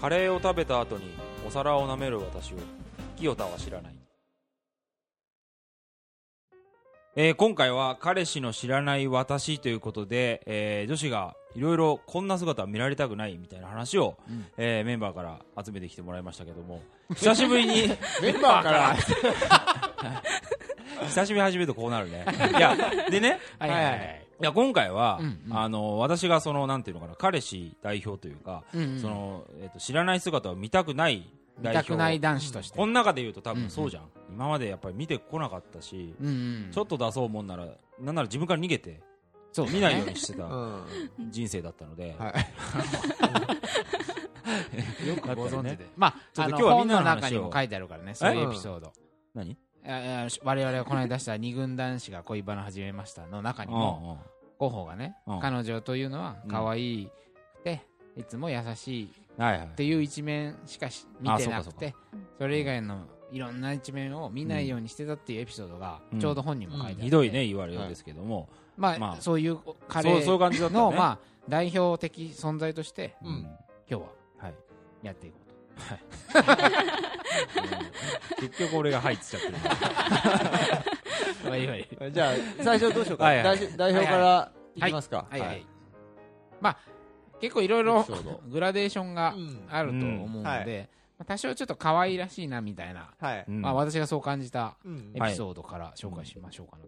カレーを食べた後にお皿を舐める私を清田は知らない、えー今回は彼氏の知らない私ということで、えー女子がいろいろこんな姿は見られたくないみたいな話を、えーメンバーから集めてきてもらいましたけども久しぶり にメンバーから。久しぶりに始めるとこうなる ねいやでねはいはいはい。いや今回は、うんうんあの私がそのなんていうのかな彼氏代表というか、 うんうんそのえっと知らない姿を見たくない見代た表くない男子として。この中で言うと多うんう分んそうじゃん、今までやっぱり見てこなかったし、うんうん。ちょっと出そうもんならなんなら自分から逃げてそう見ないようにしてうたん。人生だったので、はいよくご存知で。まちあ、ょっあとの、今日はみ本んなのの話を中にも書いてあるからね、そういうエピソード。何いやいや我々がこの間出した二軍男子が恋バナ始めましたの中にも、あ候補がねうん、彼女というのは可愛くて、いつも優しいあはいはいっていう一面しかし見あてなくそうて、それ以外のいろんな一面を見ないようにしてたっていうエピソードがうん、ちょうど本人も書いてあってひどいね言われようですけども、まあ、まあそういう彼そうそういう感じだったの、よね、まあ、代表的存在としてうんうん今日ははいやっていこうと結局俺が入ってきちゃ ってるじゃあ、最初どうしようか。はいはい代代表からいきますか。はいはい、まあ結構いろいろエピソードグラデーションがうんあると思うので、うんはいまあ多少ちょっと可愛らしいなみたいな、はい。うんまあ、私がそう感じたうんエピソードから紹介しましょうかな、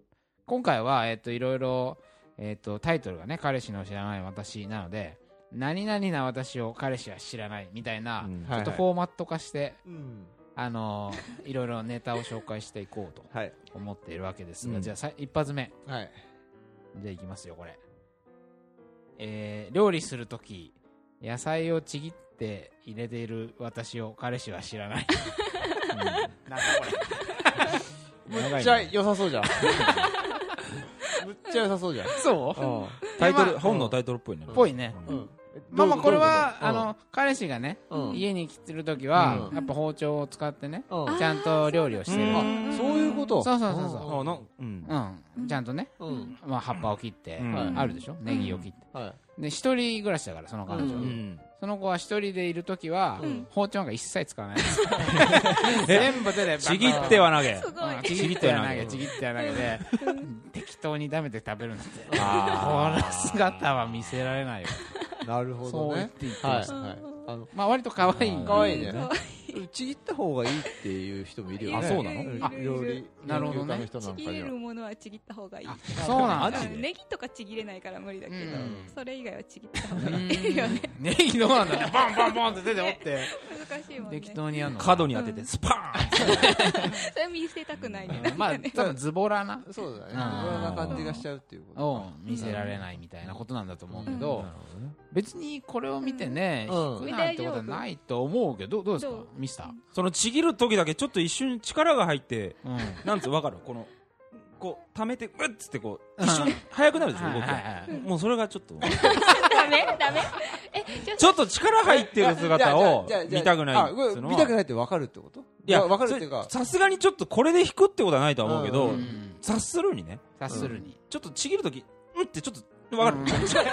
今回は、えっといろいろ、えっとタイトルがね「彼氏の知らない私」なので「何々な私を彼氏は知らない」みたいな、うんちょっとフォーマット化してうんあのーいろいろネタを紹介していこうとはい。思っているわけですが、うんじゃあさ一発目はい。じゃあいきますよこれえー料理するとき野菜をちぎって入れている私を彼氏は知 らないなんだこれむ長いねっちゃ良 さそうじゃん。むっちゃ良さそうじゃん。そタイトいやまルあ本のタイトルっぽいねっぽいねううんんまあまあこれは、どあういうこの彼氏がね、とうん家に来てるときは、うんやっぱ包丁を使ってね、うんちゃんと料理をしてる、ううんあそういうことそうそうそうそあなんうんん、ちゃんとね、うんうんまあ、葉っぱを切って、うんあるでしょネギを切って、はいで一人暮らしだからその彼女は、ううんその子は一人でいるときは、うん包丁なんか一切使わない全部手でバンバンちぎっては投げすごうんい。ちぎっては投げちぎっては投げで適当にダメて食べるなんてこあの姿は見せられないよなるほそうど言っねて言ってはいまはした、いあのまあ割と可愛いうん可愛いね可ちぎった方がいいっていう人もいるよねあそうなのん料理なるほどね料理家の人なんちかぎにれはるものはちぎった方がいい。あそうなんだマジうでんネギとかちぎれないから無理だけどうん、それ以外はちぎった方うがいいよね。んネギどうなんだねボンボンボンって手で折 って難しいもんね。適当にやるの角に当ててスパーンそれ見捨てたくないね。うんまあ多分ズボラなそうだねうんそんな感じがしちゃうっていうことを見せられないみたいなことなんだと思うけど、なるほどね別にこれを見てね、うん引くなんてことはないと思うけどどうですかどうミスター、そのちぎる時だけちょっと一瞬力が入ってうん、はいなんつうわかるこのこう溜めてうっつってこう一瞬速くなるでしょはい動きがはいもうそれがちょっとダメダメえ、じゃあちょっと力入ってる姿を じゃあじゃあじゃあ見たくないあこれ見たくいないって分かるってこといや分かるっていうかさすがにちょっとこれで引くってことはないとは思うけうどうん察するにね察するに、ちょっとちぎる時うんってちょっとわかるうん 力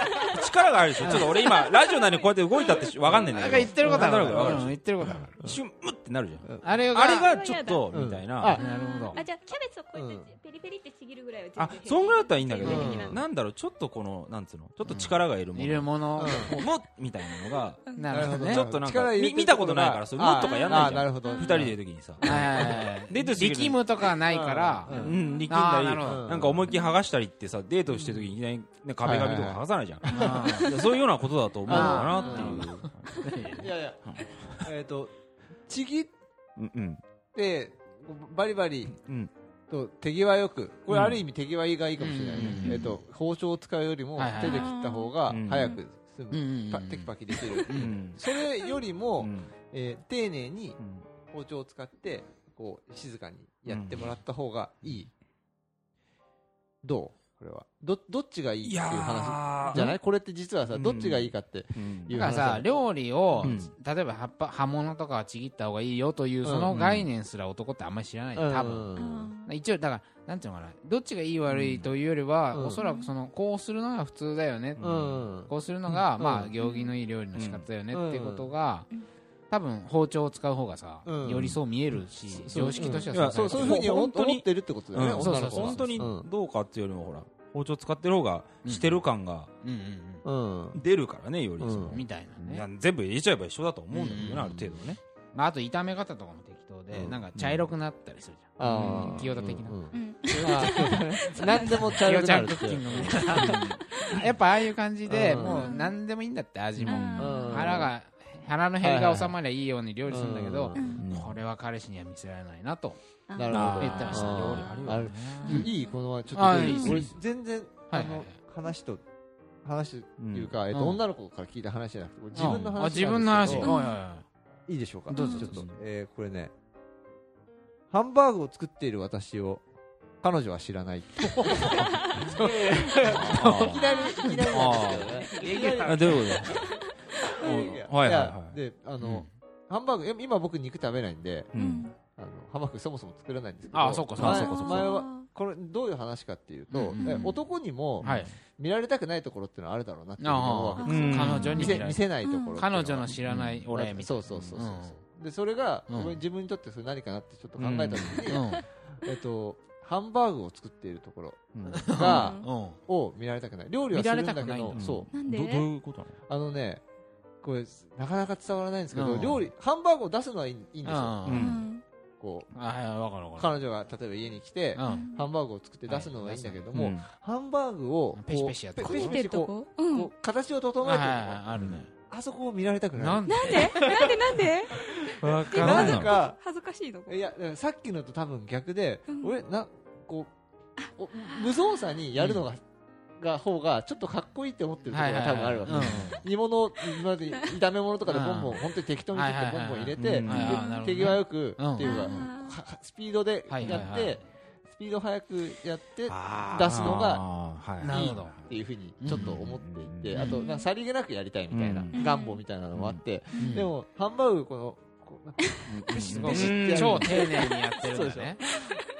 があるでしょちょっと俺今ラジオなのにこうやって動いたってわかんないんだなけどんか言ってることはなんとなくわかるでうんしょ言ってることは分かる一瞬うんってなるじゃんあれがあれがちょっとみたいな、うんあなるほどあ、じゃあキャベツをこうやっうんてペリペリってちぎるぐらいは全あ然平気そんぐらいだったらいいんだけど、全然うん平気なのなんだろうちょっとこのなんつうのちょっと力がいるもいるの、もの、ももみたいなのがなるほどねちょっとなんか力入れてるみ見たことないからそうあーもっとかやんないじゃんあーなるほど二人でいる時にさ、はいはいはいデートしてくれる力むとかないから、うんう、うん力んあだーりななるほどんか思いっきり剥がしたりってさデートしてる時にいきなりね壁紙とか剥がさないじゃん、いやそういうようなことだと思うのかなっていういやいやえっとちぎっうんうんてバリバリうんと手際よくこれうんある意味手際がいいかもしれないね、うんえっと包丁を使うよりもはいはい手で切った方が早く済む、うんうんうんパテキパキできる、うんそれよりうも、んえー丁寧にうん包丁を使ってこう静かにやってもらった方がいい、どうこれはどどっちがいいっいていう話や、じゃないいこれって実はさ、うんどっちがいいかってうんいうだから話さ料理を、うん例えば葉っぱ葉物とかはちぎった方がいいよというその概念すら男ってあんまり知らない、うん多分、一応だからなんていうのかなどっちがいい悪いというよりは、うんおそらくそのこうするのが普通だよね、ううん、こうするのが、うんまあ行儀のいい料理の仕方だよね、うんっていうことが、うん多分包丁を使う方がさ、うんよりそう見えるしそ、そう常識としていやはそうそういうふうに思ってるってことだよね、うんそうそ女のう子はそう本当にうんどうかっていうよりもほら包丁使ってる方がしてる感がうんうんうん出るからねよりうんそうんのみたいないやね、全部入れちゃえば一緒だと思うんだけどうんねある程度ねまあ、あと炒め方とかも適当で、うんなんか茶色くなったりするじゃん、あうんー清田的な、うんうんうん 何でも茶清色くちゃなんるクッっキてングみたいなやっぱああいう感じで、うんもう何でもいいんだって味も、うんうん腹が腹の減りが収まりゃいいように料理するんだけど、うんうんうんこれは彼氏には見せられないなとあなるほど言ってましたあー料理あるよあねるいいこのちょあっとーいいいっすい俺全然はあいはいはいの話と話とうんいうかえっうとん女の子から聞いた話じゃなくて俺自分の話あなんですけ自ど分の話、んおいおいおいいいでしょうかどうぞちょっどとうぞえーこれねハンバーグを作っている私を彼女は知らないいきなりいきなりなんですけどねいきなりあどういうこいはいはいはいやであうんのハンバーグえ今僕肉食べないんでとうんあのハンバーグそもそも作らないんですけどあそうかそうか前そうかそうか前はこれどういう話かっていうとうんうんえ男にもはい、見られたくないところってのはあるだろうなっていうのを思うわけあであすうん彼女に見嫌せい見せないところっていうは彼女の知らない俺みたいそうそうそうそうそううでそれが、うん俺自分にとってそれ何かなってちょっと考えた時に、な、うんえっとハンバーグを作っているところうんがう、うんを見られたくない料理はするんだけ見られたくどないんだそうなんでどどういうことなのあのねこれなかなか伝わらないんですけど、うん料理ハンバーグを出すのはいいいいんですよ、あううんんこうあはいわかるわかる彼女が例えば家に来て、うんうんハンバーグを作って出すのはいいんだけども、うんハンバーグをこうペシペシやってペ焦げてるとここううんこう形を整はえいてはるいとはいあるねこあそこを見られたくないなんでなんでなんでなんでわえかならぜんなか恥ずかしいのこれいやだからさっきのと多分逆で、うん俺なこうお無造作にやるのが、が方がちょっとかっこいいって思ってるところが多分あるわけ、はいはい煮物を今まで炒め物とかでボンボン本当に適当に切ってボンボン入れて、はいはいはいはいうんあーで手際よく、うんっていうか、うんははスピードでやって、はいはいはいスピード早くやってっあー出すのがあーはいなるほどていうふうにちょっと思っていて、うんあとなんかさりげなくやりたいみたいな、うん願望みたいなのもあって、うんでもハンバーグこのこうなんかうんシうッんペシッてやる超丁寧にやってるんだそうね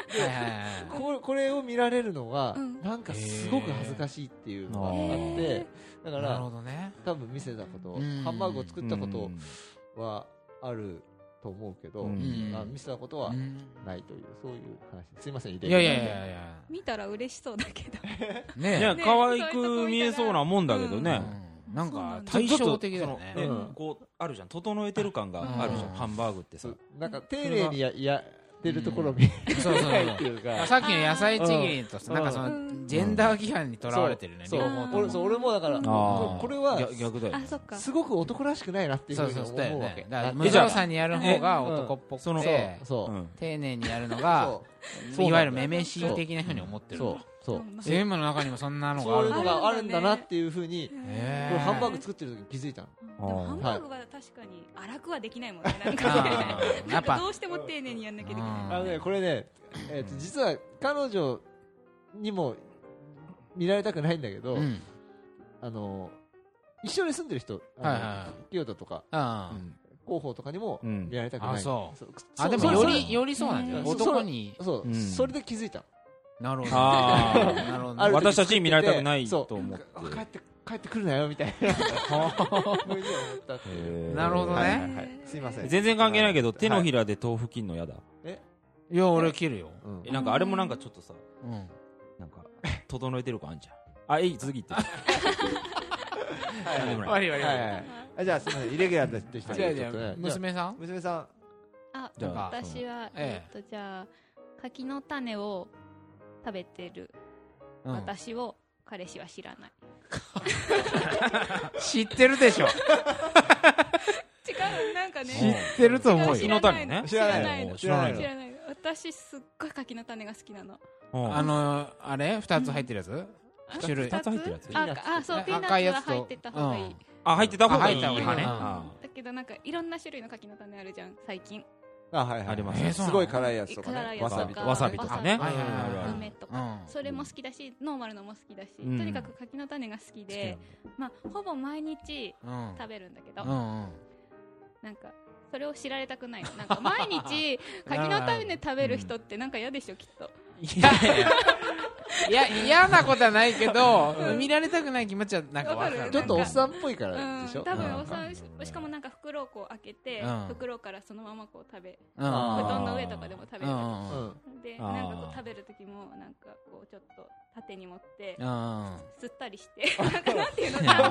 はいはいはいこれこれを見られるのがうんなんかすごく恥ずかしいっていうのがあってへだかなるらほどね多分見せたことうんハンバーグを作ったこうとんはあると思うけどうんまあ見せたことはないというそういう話すいません入いれやいやいてやいや見たら嬉しそうだけどいねやね可愛く見えそうなもんだけどえねうんなんか対ちょっと照的だよそねのうんこうあるじゃん整えてる感があるじゃんうんハンバーグってさそうなんか丁寧にややってるところを見そうそうそえうないっていう かさっきの野菜ちぎりとうんなんかそのジェンダー規範にとらわれてるねそう両方とも俺そう俺もだからあーここれは逆逆だよあねそっかすごく男らしくないなっていうふそううにそうそ思うだようわねけだからな無造作にやる方が男っぽそのくてそううん丁寧にやるのがそういわゆるめめしい的なふうに思ってるそうそうゲームの中にもそんなのがあそういるうんだのがあるんだなっていうふうにへこれハンバーググ作ってる時に気づいたのでもハンバーグは確かに粗くはできないもんねなんかあねーやなっんかぱどうしても丁寧にやんなきゃいけないあのね、これね、えーと実は彼女にも見られたくないんだけど、うんあの一緒に住んでる人、あのはいはいはい清田とかあ広報とかにもうん見られたくない、あそうそうあでそもうよそりれよりそうなんだよそう男にそう、うんそれで気づいたのなるほどあーなるほあるど時私たちに見られたくないそうと思ってか帰って帰ってくるなよみたいなふうに思ったっていうへーなるほどねはいはいはいすいません全然関係ないけどはい手のひらで豆腐切んのやだいや俺切るようんえなんかあれもなんかちょっとさうんなん か整えてる感あんじゃんあいい続き言ってはいなんでもないりはいはいあじゃあすみませんイレギュラーだとしたんじゃあでちじょゃっとねあ娘さん娘さあじゃあ私はえええっとじゃあ柿の種を食べてるうん私を彼氏は知らない知ってるでしょ違うなんか知っねてると思う知柿よのらな種いね知らないおのー知らない知のらないの私すっごい柿の種が好きなのうんあのあれ二つ入ってるやつあ種類二二つ入ってるやつああそうピーナ赤いッやツはつと入ってた方がいい、うんあ入ってた方がいいあ入った方派ねがいいうんあだけどなんかいろんな種類の柿の種あるじゃん最近んあはいはいありますえーそうすなのごい辛いやつとか辛いねーわやつとさかびとかわさねびとかねはいはいはあいるある梅とかうんそれも好きだしノーマルのも好きだしとうんにかく柿の種が好きでまあほぼ毎日うん食べるんだけうどんうんなんかそれを知られたくないのなんか毎日柿の種食べる人ってなんか嫌でしょきっといやいやいや、嫌なことはないけど、見られたくない気持ちはなんかわかわかる。るちょっとおっん。さんっぽいかうらんでしょ、多う分んおさんしかもなんか袋をこう開けて、うん袋からそのままこう食べうん。布あー団の上とかでも食う。べれるうんんであなーんかこう食べる時もなんかこうちょっと縦に持ってうん。吸ったりして なんかなんていうの食べながら遊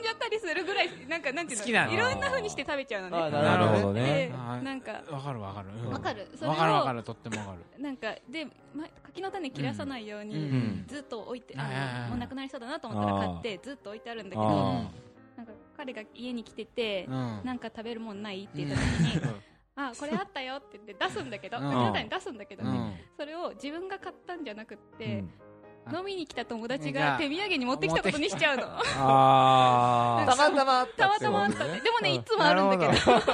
んじゃったりするぐらいなんかなんていうの好きなのいろんな風にして食べちゃうのあーねなるなるほほどどね で。はいなんかわかるわかる。うんわかるそれをわかるわかる。とってもわかる。なんかで、ま、柿の種切らさないように、うんうんずっと置いて、はいはいはいあのもうなくなりそうだなと思ったら買ってずっと置いてあるんだけどあなーんか彼が家に来てて、うん。なんか食べるもんないって言った時に、あこれあったよって言って出すんだけどうん柿の種出すんだけどうね、ん。それを自分が買ったんじゃなくっうてん、うん飲みに来た友達じゃがあ手土産に持ってきたことにしちゃうのあたまたまあったたまって たこまあとねったってでもねうんいつもあるんだけどなる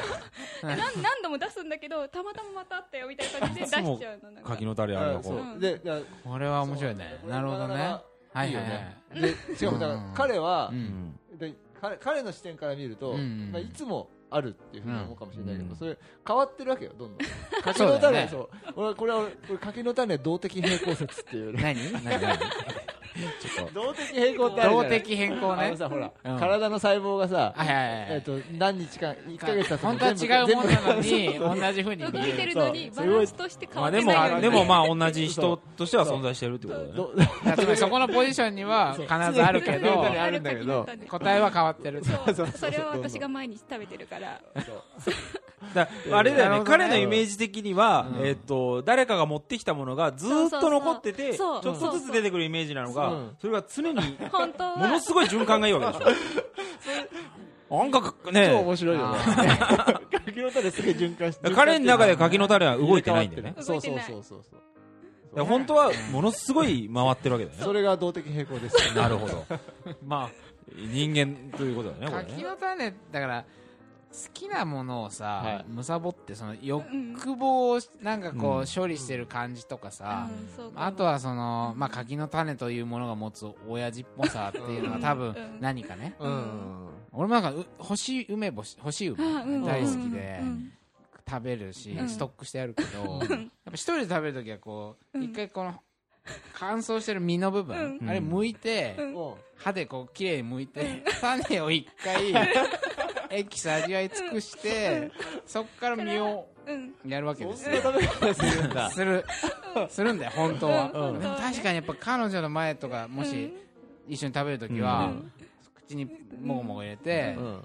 でなん何度も出すんだけどたまたままたあったよみたいな感じで出しちゃうのなあ、んか柿の種あるうのんそこううでだからこれは面白いね。なるほどね。なはいいいはよいはねい。でしかもだから彼はう。うんん。で彼彼の視点から見ると、うんうんまあ、いつもあるっていうふうに思うかもしれないけど、うんそれ変わってるわけよ どんどん柿そうだのよ種ねそう俺はこれは俺柿の種動的平衡説っていうね 何何何ちょっと。動的平衡ってあるじゃ動ない的変更あねの。さほら、うん体の細胞がさ、はいはいはいえっと何日間1ヶ月経つと本当は違うもんなのに、同じ風に動見いてえる。るのにそバうランスとして変まわあっでてもない、でもあまあ同じ人としては存在してるってことだね。どどだからそこのポジションには必ずあるけど、あるんだけど答えは変わってる。そうそれは私が毎日食べてるからだあれだよねなるほどね彼のイメージ的には、うんえっと誰かが持ってきたものがずーっと残っててちそょうっそうそうとずつ出てくるイメージなのがそそうれが常に本当はものすごい循環がいいわけでしょなんか超ね面白いよね柿の種すげえ循環して彼の中で柿の種は動いてないんだよねそうそう動いてないそうそうそだうから本当はものすごい回ってるわけだよねそれが動的平衡ですよなるほど まあ人間ということだよねこれ柿ねの種、だから、好きなものをはさい、むさぼって、その欲望をなんかこう処理してる感じとかさ、うんそうかもあとはその、まあ、柿の種というものが持つ親父っぽさっていうのが多分うん何かね。うんうん俺もなんか、う干し梅干し、干し梅あうん大好きでうんう、ん食べるし、うんストックしてあるけど、やっぱ一人で食べるときはこう、うん一回この、乾燥してる実の部分、うんあれ剥いて、うんも歯でこう綺麗に剥いて、種を一回、エキス味わい尽くして、そっから実をうんやるわうけそんですなよ。食べ方するんだする、するんだよ、本当は。うんでも確かにやっぱ彼女の前とか、もし一緒に食べるときうはん、口にもごもご入れてう、ん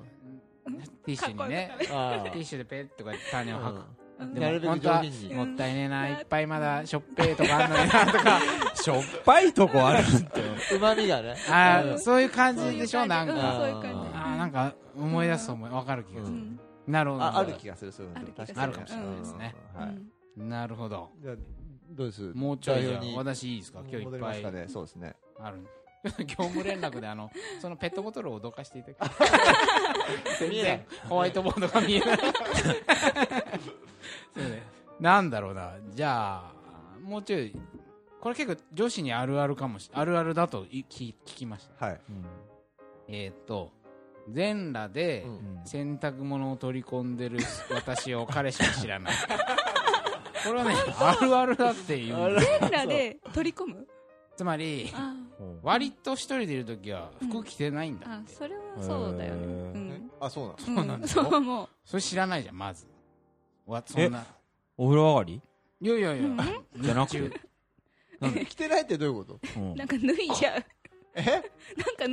ティッシュにね、あティッシュでペッとか種をあ吐く。うんでなるも本べく当上は品にもったいねえな、いっぱいまだしょっぺーとかあんのになとか、しょっぱいとこあるうまみがねあうーんそういう感そうじいう感じでしょ、なんうんか。そういうあ感じーなんか思い出すと思い、わかる気がうする。んなるほど。あある気がするそういうのある気がする確にあるかもしれないですねうんはいうんなるほど。じゃあどうですもうちょいじ代ゃ表あに私いいですか今日い戻っりまぱすかいねそうですねある。 業務連絡であの、そのペットボトルを脅かしていただき全見えない然ホワイトボードが見えない。そうね。なんだろうな。じゃあ、もうちょい、これ結構女子にあるあるかもし、あるあるだとい聞聞きました。はいえーっと、全裸でうん洗濯物を取り込んでる私を彼氏は知 らない。これはね、あるあるだっていあうる。全裸で取り込むつまり、あ割と一人でいるときは服着てないんだあって。それはそうだよねへーうんあそうなのそうなんだそう思うそれ知らないじゃん、まず。わ、そんな。お風呂上がりいやいやいやうん。じゃなくて着てないってどういうことうんなんか脱いじゃうえなんか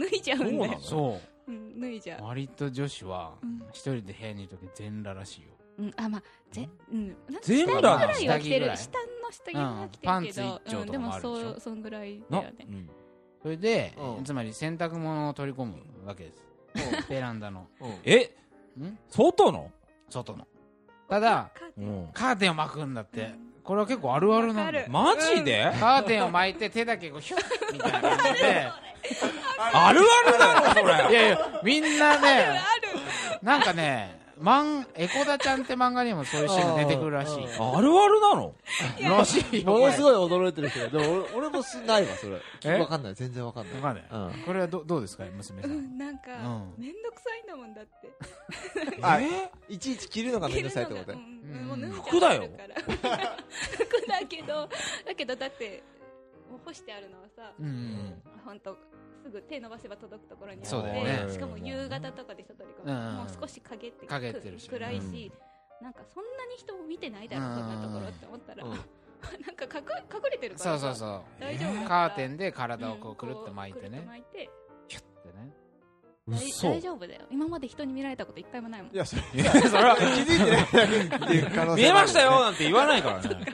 脱いじゃうんそうだなよのそうん脱いじゃう。う割と女子はうん、一人で部屋にいるとき全裸らしいよ。うんあまあぜうんなんか全下着裸ぐなのらいは着て下着る下の下着は着てるけどうんパンツ一丁うんとでかもあもるでしょそうそんぐらいだなよねうんそれでう、んつまり洗濯物を取り込むわけです。ベランダの。えん外の外の。ただ、カうーテンんカーテンを巻くんだって。これは結構あるあるなんだわかよる。マジでカーテンを巻いて手だけこうヒュッみたいな感じで。あるあるだろそいれやいや、みんなね、あるなんかね、マン、エコダちゃんって漫画にもそういうシーンが出てくるらしうあるあるなのい。らしいよ。ものすい。ごい驚いてる人がでも俺俺もすないわそれえわかんない全然わかんないわかんない。うこれはどどうですか、娘さ。うんんなんかうんめんどくさいんだもんだってあえいちいち着るのがめんどくさいってこと着るのがうんうん もう脱いじゃう服だよから服だけどだけどだって干してあるのはさ、うんうん本当すぐ手伸ばせば届くところにあってそうだよねしかも夕方とかでしょとにかく、うんもう少し陰って陰ってるし暗いし、なんかそんなに人も見てないだろう、そん なところって思ったら、うんなんか隠隠れてるからそうさそうそう大丈夫だからカーテンで体をこうくるっと巻いてうんこうくるっとね巻いてキュッてね大大丈夫だよ今まで人に見られたこと一回もないもんいや、それ、いや それは気づいてないだけっていう可能性もあるよね見えましたよなんて言わないからね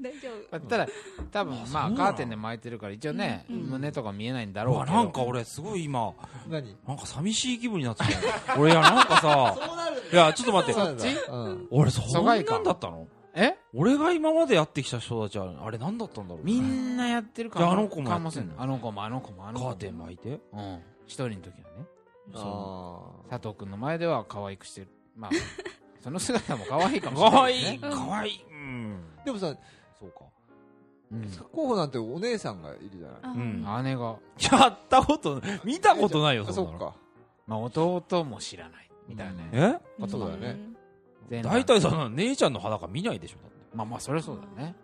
大丈ま夫あただ多分まあそうなカのーテンで巻いてるから一応ねうんうん胸とか見えないんだうろうわけどなんか俺すごい今何なんか寂しい気分になってきた俺いやなんかさそうなるいやちょっと待ってそうなんだそっちうん俺そ疎んな外ん感だったのえ俺が今までやってきた人たちはあれ何だったんだろうみんなやってるかじゃああの子もやってんのかせんあの子もあの子もあカの子もーテン巻いてうん一人の時はねそあ佐藤君の前では可愛くしてる まあその姿も可愛いかうもしかれなわいいいねかわいいうんーでもさ、そうかうん候補なんてお姉さんがいるじゃない。あうん姉がやったことない見たことないよあそそんなっのか。まあ弟も知らないみたいなねえことだよねん全裸大体さ姉ちゃんの裸見ないでしょだってまあまあそりゃそうだね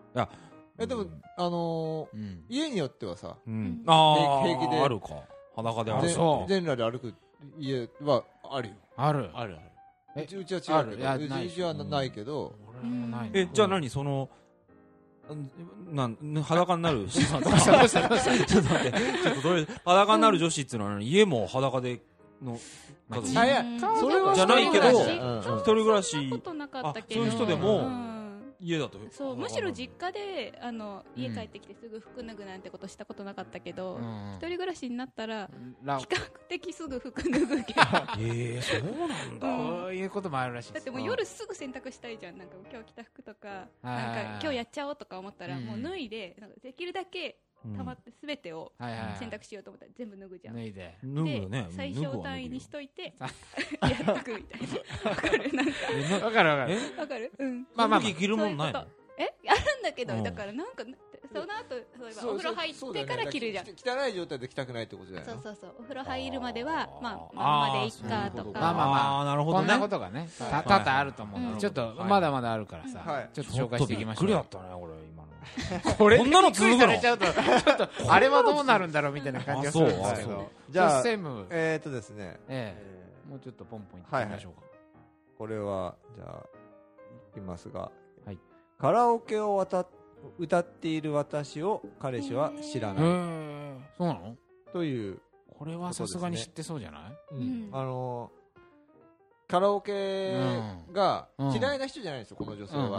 え、でも、あのうんー、家によってはさ、うんうんああ平気であるか裸であるでかそう全裸で歩く家はあるよ。あるあるあるえうちうちは違うけあど、るいうやないちうちはないけど、俺もないなえじゃあ何そのんなん裸になるちょっと どうしたどうしたどうした待ってちょっとどれ裸になる女子っていうのは家も裸でのまあ家族あいやうんそれはじゃないけどそうだようん一人暮らそんなしことなかったけあそうどいう人でもうん家だとそうむしろ実家であのうん家帰ってきてすぐ服脱ぐなんてことしたことなかったけど、うん一人暮らしになったらラ比較的すぐ服脱ぐけどだええそうなんだこういうこともあるらしいですってもう夜すぐ洗濯したいじゃんなんか今日着た服とかなんか今日やっちゃおうとか思ったらうんもう脱いでなんかできるだけうんたまって全てをはいはいはい洗濯しようと思ったら全部脱ぐじゃん、脱いで脱ぐよねで最小単位にしとといて やっとくみたいなわかるなんかえなわかるわかるえわかるうまんあまあまあその時着るもんないのそういうえ あるんだけど、うんだからなんかその後そういえばそうお風呂入そうってから着るじゃんそ。うだよねだからき汚い状態で着たくないってことだよねそうそうそうお風呂入るまではあーまあまんまでいっあーかそういうとことかまあまあまあなるほこどんねなことがねはたい多々あると思うのうんでちょっとはいまだまだあるからはいさちょっと紹介していきましょうちょっとびっくりだったね俺今これこんなの続くのびっくりされちゃうとちょっとあれはどうなるんだろうみたいな感じがするんですあそうあけそどうじゃあセムええーとですね、ええもうちょっとポンポンいってみましょうかーこれはじゃあいきますが、はいカラオケを渡っ歌っている私を彼氏は知らへないえそうなのという、これはさすがに知ってそうじゃないんあのーカラオケがうん嫌いな人じゃないんですよ、この女性は、うんうん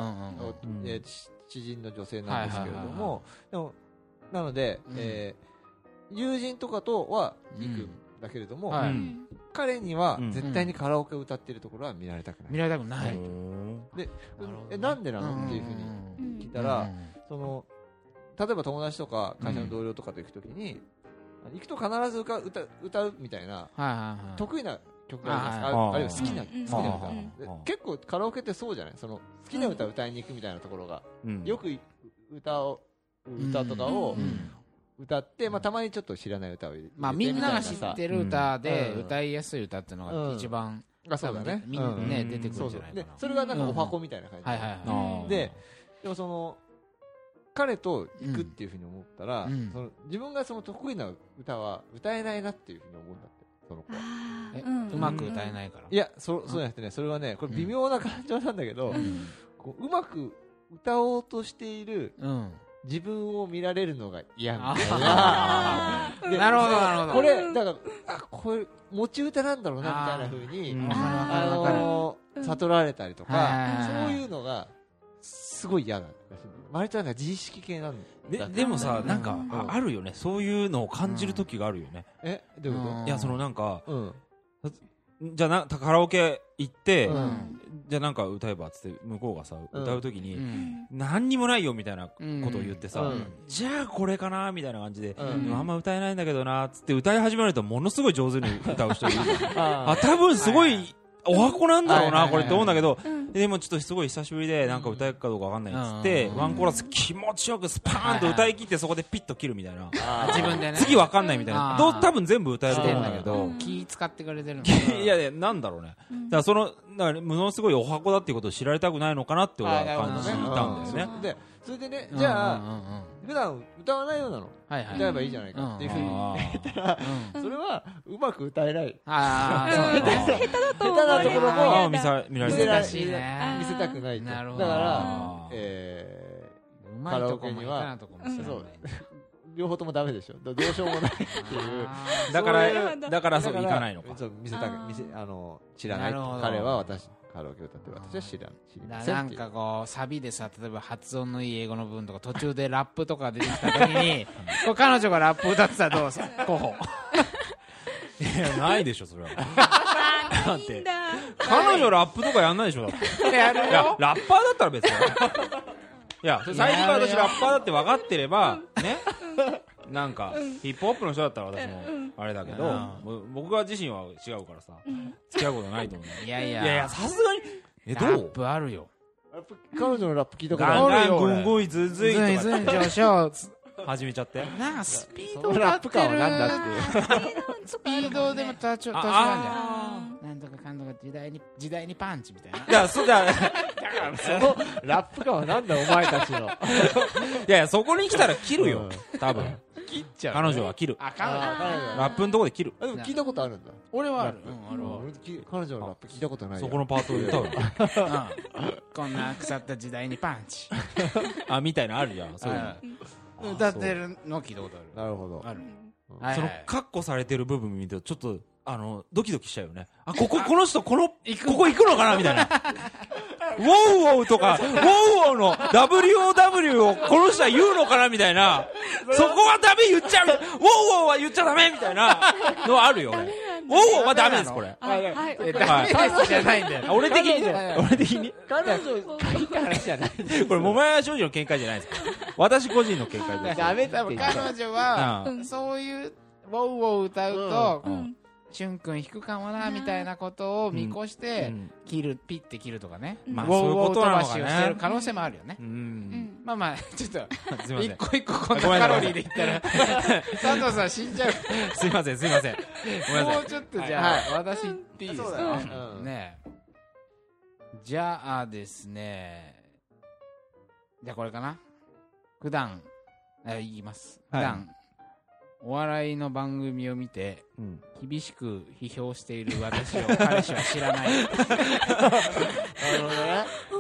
うんうんえー知知人の女性なんですけれどはいはいはいはも、でもなので、うんえー友人とかとは行うくんんだけれども、はいうん彼にはうん絶対にカラオケを歌ってるところは見られたくない、見られたくないうんなるほどねえなんでなの、っていうふうにうん聞いたら、うんその例えば友達とか会社の同僚とかと行くときに、行くと必ず歌歌歌うみたいなはいはいはい得意な曲があるじゃないではすか、いはいああるいは好きな、う好んきな歌、うんでうん結構カラオケってそうじゃないその好きな歌を歌いに行くみたいなところが、よく歌を歌とかをうん歌って、まあ、たまにちょっと知らない歌を入れまあみんなが知入れってみてる歌でうん歌いやすい歌っていうのが一番たいなさあそうだねみんなうんねうん出てくそるんうじそゃうないかでなそれがなんかお箱みたいな感じ、はいはいはうんででもその彼と行くっていうふうに思ったら、うんその自分がその得意な歌は歌えないなっていうふうに思うんだってその子はあいーえんうまく歌えないからいやそそうじゃなくてねそれはねこれ微妙な感情なんだけど、ううんこううまく歌おうとしているうん自分を見られるのが嫌みたいなああでーなるほどなるほど これだからあこれ持ち歌なんだろうなみたいなふううに、んああーわかるわかるのーうん悟られたりとか、はいはいはいそういうのがすごい嫌なんだ割となんか自意識系なんだででもさなんかあうんあるよねそういうのを感じる時があるよねえどういうこうんいやそのなんかとうんじゃあなカラオケ行ってうんじゃあなんか歌えばっつって向こうがさうん歌う時うにん何にもないよみたいなこうんとを言ってうさんじゃあこれかなみたいな感じでうでんもあんま歌えないんだけどなっつって歌い始めるとものすごい上手に歌う人いるああ多分すごはいいお箱なんだろうはいはいなはいこれって思うんだけどうんでもちょっとすごい久しぶりでなんか歌えるかどうかわかんないっつっうてんうんワンコーラス気持ちよくスパーンと歌い切ってそこでピッと切るみたいなあ自分でね 次わかんないみたいなあどーう多分全部歌えるしとて思んうんだだけけどどん気使ってくれてる のいやいやなんだろうねだからそのだからものすごいお箱だっていうことを知られたくないのかなって俺は感じたんだようねんでそれでねうんじゃあうんうんうん普段歌わないようなのはいはい歌えばいいじゃないかっていうふうにあーうんそれはうまく歌えないあうんーそう下ね手だと思下手なわれとるころもあやー見さ見られ見てせらる難れしいねー見せたくないとなるほどだからあーえうまいとこも下手カラオケにはなとこもするんだよねー両方ともダメでしょどどうしようもないいうあだかそういらうのだからそうだ行らかないのかそう見せたあーく見せあの知らなないるほど彼は私カラオケ歌ってる私は知らん知りーまなせんなんっていうかこうサビでさ例えば発音のいい英語の部分とか途中でラップとか出てきた時 にこう彼女がラップ歌ってたらどうさ候補 いやないでしょそれ はあーいいんだ彼女ラップとかやんないでしょだってやるいやラッパーだったら別にいやそれ最初から私ラッパーだって分かってればねなんかヒップホップの人だったら私もあれだけどうんもう僕は自身は違うからさ付き合うことないと思ういやいいややいやさすがにえラどッうプあるよラップ彼女のラップ聞いたことガンあるガあンるよゴ俺ンゴイズンズイずんとずかん上昇つ始めちゃってなんかスピーそドのラップ感はなんだっていうスピードでも多少多少なんじゃあんなんとかかんとか時代に時代にパンチみたいあないやそうだいそのラップ感はなんだお前たちのやいやそこに来たら切るよ多分切っちゃ彼女は切るあ彼女あ彼女ラップのとこで切るあでも聞いたことあるんだ俺はあるうラップん俺はある俺き彼女のラップ聞いたことないよそこのパートで歌うのうんこんな腐った時代にパンチあみたいなのあるじゃんそういうのうん歌ってるの聞いたことあなるほどるあるうんはいそはのいカッコされてる部分見るとちょっとあのドキドキしちゃうよねあこここの人このこ行くこ行くのかなみた いなウォウウォウとかウォウウォウの WOW をこの人は言うのかなみたいなそこはダメ言っちゃうウォウウォウは言っちゃダメみたいなのはあるよ俺ウォウウォウはダメですこれあはいえわかダ メですじゃないんだよあ俺的にね彼女俺的に彼女がいい話じゃないこれ桃山庄司の見解じゃないです私個人の見解ですダメだ多っ分て彼女はうんそういうウォウウォウ歌うとううんんしゅんくん弾くかもなみたいなことを見越しうてん切るピッて切るとかねまあウォそういうウウォこウと飛なばのかしをしてるね可能性もあるよねううんんまあまあ ちょっとすいませ一ん個一個こんなごめんなカさいロリーでいったら佐藤さん死んじゃうすいませんすいませんごめんなさいもうちょっとじゃあ私言っていいですそうだかねうんねえじゃあですねじゃあこれかな普段え言います普はい段お笑いの番組を見てうん厳しく批評している私を彼氏は知らないなるほ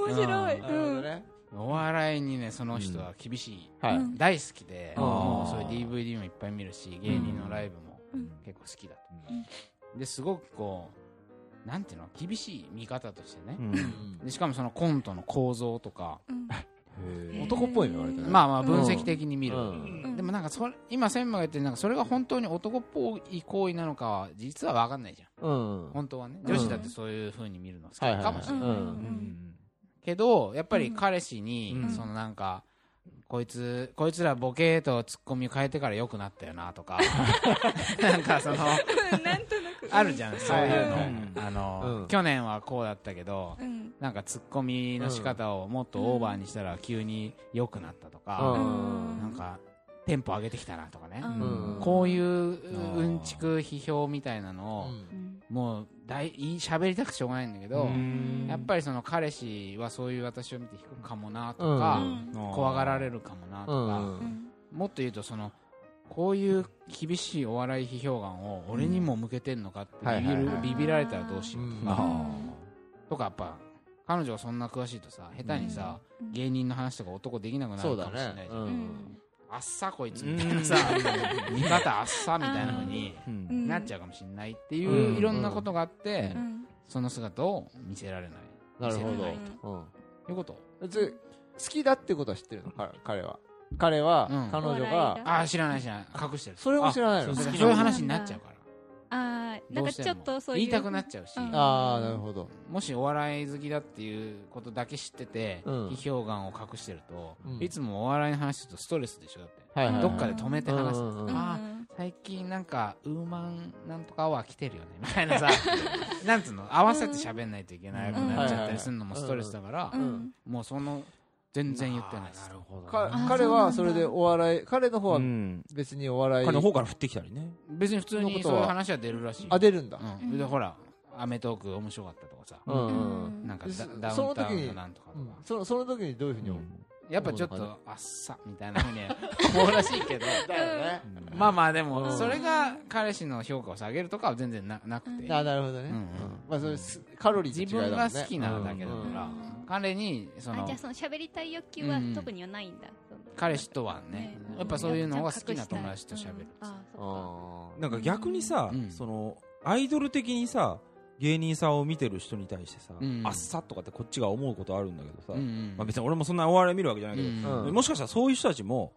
どね面白いなるほどうんねお笑いにねその人は厳しいはいうん大好きであーもうそういう DVD もいっぱい見るし芸人のライブもうん結構好きだとですごくこうなんていうの厳しい見方としてねうんでしかもそのコントの構造とかうんへえ男っぽいね割とねまあまあ分析的に見るうんうんでもなんかそれ今専務が言ってるなんかそれが本当に男っぽい行為なのかは実は分かんないじゃんうん本当はねうん女子だってそういう風に見るの好きはいはいはいかもしれないうんうんけどやっぱり彼氏に、うんそのなんかこいつこいつらボケとツッコミを変えてから良くなったよなとかなんかそのうんなんとなくあるじゃんそういうの、はいあの、うん去年はこうだったけどうんなんかツッコミの仕方をもっとオーバーにしたら急に良くなったとうか、んなんかテンポ上げてきたなとかね、ううんこういううんちく批評みたいなのを、うんもう大いい喋りたくてしょうがないんだけど、うんやっぱりその彼氏はそういう私を見て引くかもなとうか、ん怖がられるかもなとか、うんもっと言うとそのこういう厳しいお笑い批評眼を俺にも向けてんのかってビビる、はいはいはいビビられたらどうしようとか、あとかやっぱ彼女がそんな詳しいとさ下手にさ、うん芸人の話とか男できなくなそるうかだもしれないじゃねん、うんあっさこいつみたいなさ、見方あっさみたいなのにううんんなっちゃうかもしれないっていう、うんいろんなことがあって、うんその姿を見せられないなるほ見せないどということうんで好きだってことは知ってるのか彼は彼はうん彼女お笑いががああ知らない知らない隠してるそれも知らないのあだか好らきそういう話になっちゃうからあーなどんかうしてちょもっとそういう言いたくなっちゃうし、うんああなるほどもしお笑い好きだっていうことだけ知ってて、うん批評眼を隠してると、うんいつもお笑いの話するとストレスでしょだって、はいはいはいどっかで止めて話す、うんうんうんああ最近なんかウーマンなんとかは来てるよねみたいなさ なんつうの合わせて喋んないといけないくなっちゃったりするのもストレスだから、うんうんもうその全然言ってないですほどかあー彼はそそうれなんだでお笑い彼の方うはん別にお笑い彼の方から振ってきたりね別に普通にそういう話は出るらしいよあ出るんだうん、でほら「アメトーーク」面白かったとかさ、うんううんうんんなんかそダダウンタウンのなんとかとか、そのその時にどういうふうにう思うんやっぱちょっとあっさみたい なふうに思うらしいけどだよね。うんまあまあでもうんそれが彼氏の評価を下げるとかは全然ななくてあなるほどね。ううんうんんまあそれすカロリーと自違い分だもがんね好きなだけだうんからうん彼にそあのじゃあその喋りたい欲求はうん特にはないんだ、その彼氏とはねねやっぱそういうのが好きな友達と喋るあーそあーなんか逆にさ、うんそのアイドル的にさ芸人さんを見てる人に対してさ、うんあっさとかってこっちが思うことあるんだけどさ、うんうんまあ、別に俺もそんなお笑い見るわけじゃないけど、うんうんもしかしたらそういう人たちも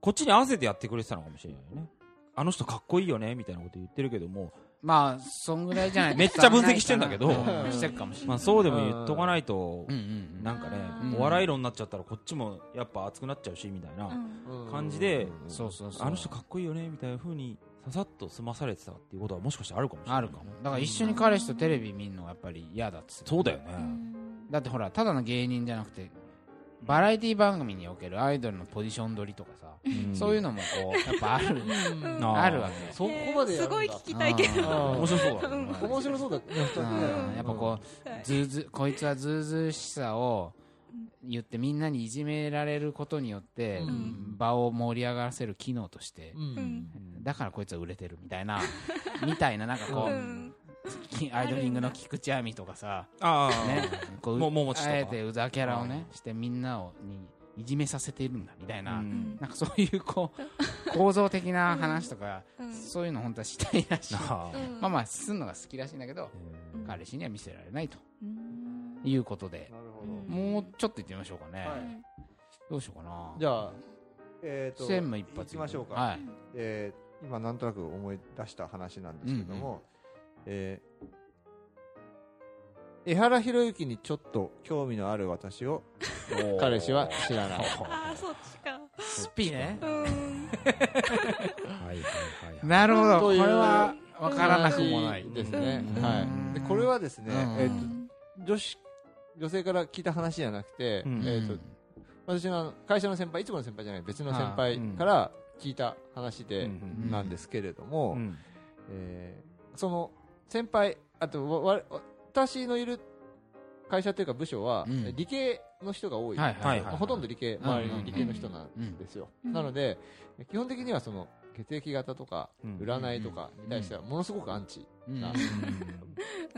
こっちに合わせてやってくれてたのかもしれないよねあの人かっこいいよねみたいなこと言ってるけども、まあそんぐらいじゃない とめっちゃ分析してんだけど伝わんない かなうんしてるかもしれないまあ、そうでも言っとかないとう、んうんなんかね、うんお笑い論になっちゃったらこっちもやっぱ熱くなっちゃうしみたいな、っかうんうん感じでうんそうそうそうあの人かっこいいよねみたいな風にささっと済まされてたっていうことはもしかしたらあるかもしれないあるかもだから一緒に彼氏とテレビ見るのがやっぱり嫌だっつってそうだよね、うんだってほらただの芸人じゃなくてバラエティ番組におけるアイドルのポジション取りとかさ、そういうのも こうやっぱあるうあんーあるわけそこまでやるえーすんだごい聞きたいけどあー面白そうだね、うん面白そうだね二人ねうんやっぱこはういずうずこいつはずうずうしさを言ってみんなにいじめられることによって、うん場を盛り上がらせる機能としてう、んうんだからこいつは売れてるみたいな みたいななんかこうう、んきアイドリングの菊池亜美とかさ、ああ、ね、こうもももちとかあえてうざキャラをねしてみんなをにいじめさせているんだみたいな、うんなんかそういうこう構造的な話とか、うんそういうの本当はしたいらしい、ああうんまあまあすんのが好きらしいんだけど、うん彼氏には見せられないとうんいうことで、なるほうんもうちょっと行ってみましょうかね、はどうしようかなどじゃあえっと専務一発行きましょうかはい、えー今なんとなく思い出した話なんですけども、えー江原博之にちょっと興味のある私を彼氏は知らない ああそっちかスピねうんはいはいはいはいなるほどとこいれうは分からなくもないですね、うんはいでこれはですね、うんえーうとん女子女性から聞いた話じゃなくて、うんえーと私のあの会社の先輩いつもの先輩じゃない別の先輩から聞いた話でうんなんですけれども、うんえーその先輩あとわわ私のいる会社というか部署は、うん理系の人が多い、はいはいはいはいほとんど理系うん周りに理系の人なんですよ、うんなので基本的にはその血液型とかうん占いとかに対してはものすごくアンチ、うんあ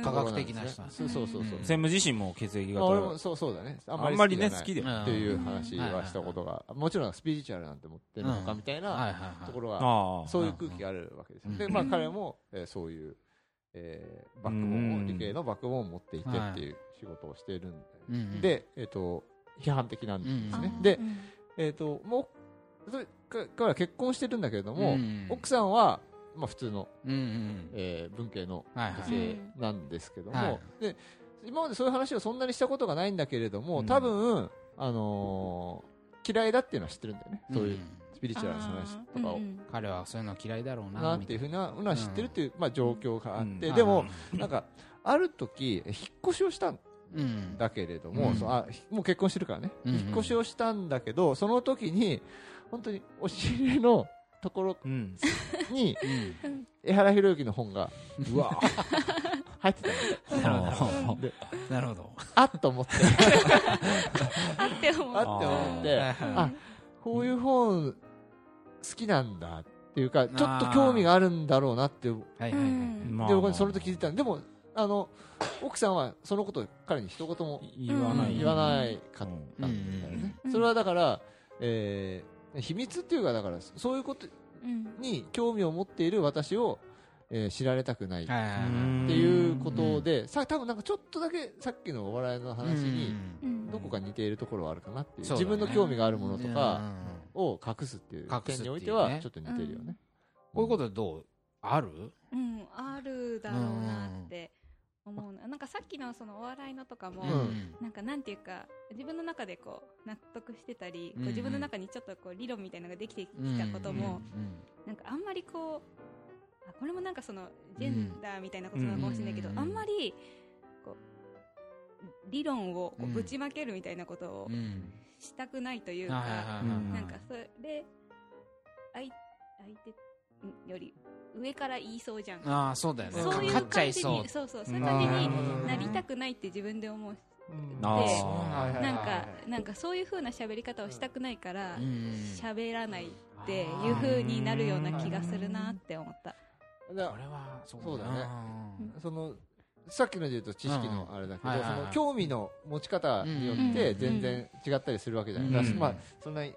科学的な人なんですそうそうそうそううん専務自身も血液ま型あ、俺もそうそうだねああんまりねじゃ好ないきではっていううん話はしたことが、もちろんスピリチュアルなんて持ってるのかみたいはいはないはいところが、ああそういう空気があるわけですようんで、まあ、彼も、えーそういう、えーバックボンうを、ん理系のバックボンを持っていてっていう仕事をしているんうんうんで、でえっ、と、批判的なんですね。うんでう、んえっ、と、もう、それか彼は結婚してるんだけれども、うん奥さんは、まあ、普通の、うんうんえー文系のうんはいは女い性なんですけども、はいで今までそういう話をそんなにしたことがないんだけれども、うん多分、あのー嫌いだっていうのは知ってるんだよね、そういうスピリチュアルな話とかを。うん彼はそういうの嫌いだろうななんていうふうなのは知ってるっていう、まあ、状況があって、うんでも、なんかある時引っ越しをしたんうんだけれども、うんそうあひもう結婚してるからね、うんうん引っ越しをしたんだけどその時に本当にお尻のところうんにうん江原博之の本がうわ 入ってたなのるほあどなるほどあっと思ってあって思あっうと思っはていはいあこういう本好きなんだっていうかちょっと興味があるんだろうなっていうはいうはいはいんまあで僕はその時気づいたのでもあの奥さんはそのことを彼に一言も言わない言わないかっうんたんだよね、うんそれはだから、えー秘密っていうかだからそういうことうんに興味を持っている私を、えー知られたくないっはいはいはいていうことで、さ多分なんかちょっとだけさっきのお笑いの話にうどんこか似ているところはあるかなっていうそうだね自分の興味があるものとうんうかんうんを隠すっていう隠すっていうね点においてはちょっと似てるよね。こういうことどうあるうんあるだろうなって思うななんかさっきのそのお笑いのとかも、うんなんかなんていうか自分の中でこう納得してたり、こううんうん自分の中にちょっとこう理論みたいなのができてきうんたことも、うんなんかあんまりこうあこれもなんかそのジェンダーみたいなことなのかもしれないけど、うんうんあんまりこう理論をこううんぶちまけるみたいなことをうんうんしたくないというはいはいか、はいはいなんかそれ相相手より上から言いそうじゃん。ああそうだよねそう勝いうっちゃ感いじそうにそうそうそういう感じにうんなりたくないって自分で思うあーではいなんかなんかそういう風な喋り方をしたくないから喋らないっていう風になるような気がするなって思っただこれはそうそうだねねそのさっきので言うと知識のあれだけど、うんはいそはいはいの興味の持ち方によってうん全然違ったりするわけじゃない、うんだしまあそんなに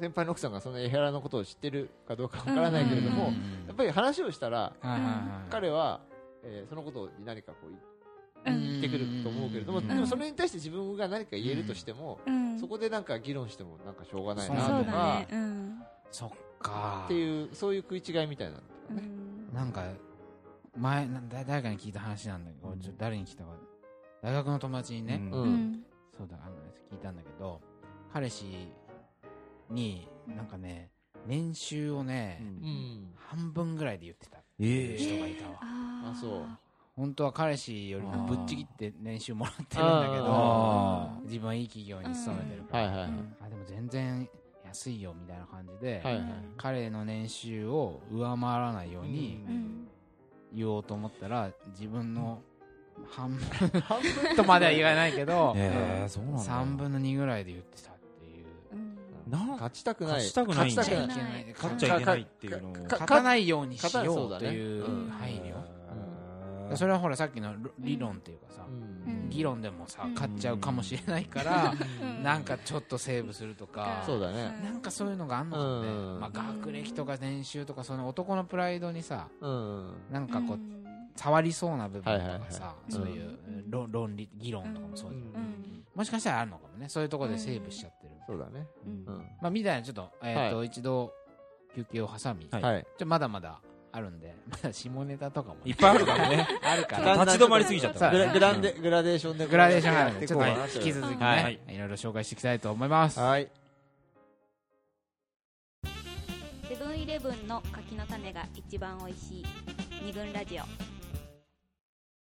先輩の奥さんがそんなエヘラのことを知ってるかどうかわからないけれども、うんやっぱり話をしたらはいはいはい彼は、えーそのことに何かこううん言ってくると思うけれども、うんでもそれに対して自分が何か言えるとしても、うんそこでなんか議論してもなんかしょうがないそうなとだかねうんそっかっていうそういう食い違いみたいなのうとかね、んなんか前なんだ誰かに聞いた話なんだけど俺ちょっと誰に聞いたか大学の友達にね、うんうんうんそうだあの聞いたんだけど彼氏になんかね年収をね、うん半分ぐらいで言ってたええ人がいたわ、あーあそう本当は彼氏よりもあぶーっちぎって年収もらってるんだけあど自分はいい企業に勤めてるかはいら、はいはいうんあでも全然安いよみたいな感じで、はいはい彼の年収を上回らないようにうん言おうと思ったら自分の半分半分とまでは言わないけど、ええ そうなんだ3分の2ぐらいで言ってたっていううんなん勝ちたくない勝ちたくないんだ勝ちたくない勝っ勝っちちゃゃいけないけないいっていうのをか勝たないようにしようという勝たない配そうだね慮、うんそれはほらさっきの理論っていうかさ、うん議論でもさうん勝っちゃうかもしれないから、うんなんかちょっとセーブするとか、そうだねなんかそういうのがあんのかもね、うんまあ、学歴とか年収とかその男のプライドにさうんなんかこう、うん触りそうな部分とかさ、はいはいはそういううん論論理議論とかもそうじゃん、うんうんもしかしたらあるのかもねそういうところでセーブしちゃってる、そうだねうんうんまあ、みたいなちょっと,、えーと一度休憩を挟み、はちょいっはいとまだまだあるんで まだ下ネタとかもいっぱいあるからねあるかだんらだん立ち止まりすぎちゃっそたうグねラグランデグラデーションでグラデーションがあるんやでってちいょこっうとかねなと引き続きね、はいい、ろいろ紹介していきたいと思いますはいセブンイレブンの柿の種が一番おいしい二軍ラジオ